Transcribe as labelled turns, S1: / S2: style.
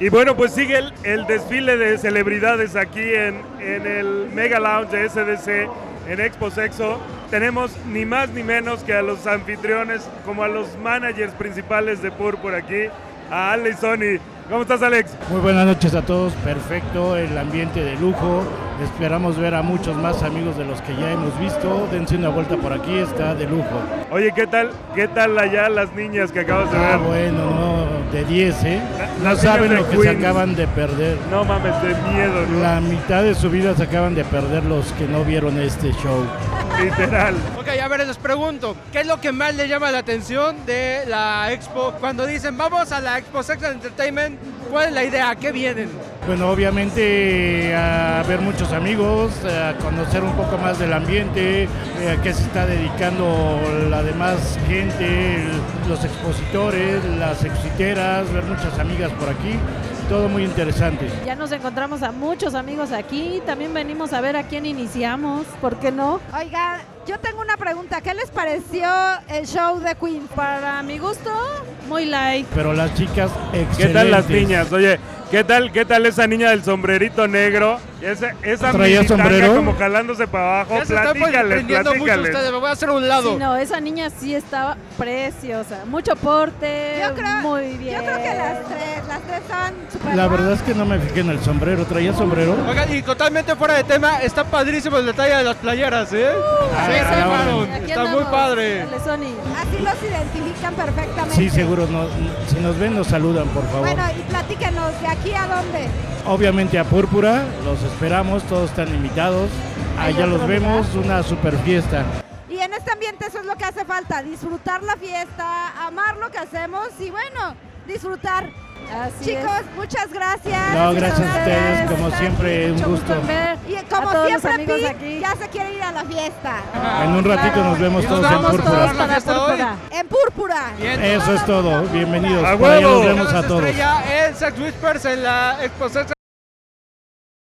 S1: Y bueno, pues sigue el, el desfile de celebridades aquí en, en el Mega Lounge de SDC, en Expo Sexo. Tenemos ni más ni menos que a los anfitriones, como a los managers principales de PUR por aquí, a Alex Sony. ¿Cómo estás, Alex?
S2: Muy buenas noches a todos, perfecto, el ambiente de lujo. Esperamos ver a muchos más amigos de los que ya hemos visto. Dense una vuelta por aquí, está de lujo.
S1: Oye, ¿qué tal, qué tal allá las niñas que acabas de
S2: Ah,
S1: ver?
S2: bueno, no, de 10, ¿eh?
S1: La-
S2: No
S1: las
S2: saben
S1: niñas
S2: lo
S1: de
S2: que se
S1: Queens.
S2: acaban de perder.
S1: No mames, de miedo, ¿no?
S2: La mitad de su vida se acaban de perder los que no vieron este show.
S1: literal.
S3: Ok, a ver, les pregunto, ¿qué es lo que más les llama la atención de la expo? Cuando dicen, vamos a la expo Sex and Entertainment, ¿cuál es la idea? ¿A qué vienen?
S2: Bueno, obviamente a ver muchos amigos, a conocer un poco más del ambiente, eh, a qué se está dedicando la demás gente, el- los expositores, las exiteras, ver muchas amigas por aquí, todo muy interesante.
S4: Ya nos encontramos a muchos amigos aquí, también venimos a ver a quién iniciamos, ¿por qué no?
S5: Oiga, yo tengo una pregunta. ¿Qué les pareció el show de Queen?
S4: Para mi gusto, muy light.
S2: Pero las chicas excelentes.
S1: ¿Qué tal las niñas? Oye, ¿qué tal, qué tal esa niña del sombrerito negro? Esa, esa
S2: ¿Traía
S1: militanga
S2: sombrero?
S1: como jalándose para abajo.
S3: ya se están
S1: Oh, Platícales,
S3: prendiendo mucho
S1: platícales.
S3: ustedes, me voy a hacer a un lado.
S4: Sí, no, esa niña sí estaba preciosa, mucho porte,
S5: Yo creo,
S4: muy bien.
S5: Yo creo que las tres, las tres son super
S2: La
S5: guapas.
S2: verdad es que no me fijé en el sombrero, traía sombrero.
S3: Oigan, y totalmente fuera de tema, está padrísimo el detalle de las playeras, ¿eh?
S2: Ah,
S3: sí,
S2: claro.
S3: armaron,
S4: Uh, Aquí
S3: está muy
S4: andamos, Eh,
S3: padre.
S4: dale, Sony.
S5: Así los identifican perfectamente.
S2: Sí, seguro, no- si nos ven nos saludan, por favor.
S5: Bueno, y platíquenos, ¿de aquí a dónde?
S2: Obviamente a Púrpura, los esperamos, todos están invitados.
S4: ¿Hay
S2: Allá los
S4: otro
S2: vemos, una super fiesta.
S5: Y en este ambiente eso es lo que hace falta, disfrutar la fiesta, amar lo que hacemos y bueno, disfrutar.
S4: Así
S5: Chicos, muchas gracias.
S2: No, gracias a
S5: Muchas
S2: ustedes, como
S5: Está-
S2: siempre, Eh, un
S4: Mucho gusto
S2: gusto.
S4: en ver
S5: Y
S4: a
S5: como
S4: todos los
S5: siempre,
S4: amigos
S5: Pi,
S4: aquí.
S5: ya se quiere ir a la fiesta.
S2: En un ratito nos vemos
S3: Y nos
S2: todos en
S3: vamos
S4: Vamos
S3: Púrpura.
S4: todos
S2: Púrpura.
S4: para
S3: Hasta hoy.
S4: Púrpura.
S5: En púrpura.
S3: Bien.
S2: Eso es todo, bienvenidos.
S1: ¡A
S2: Por allá
S1: huevo!
S2: nos vemos
S3: Cada
S2: a todos.
S3: estrella en Sex Whispers en la Expo Sex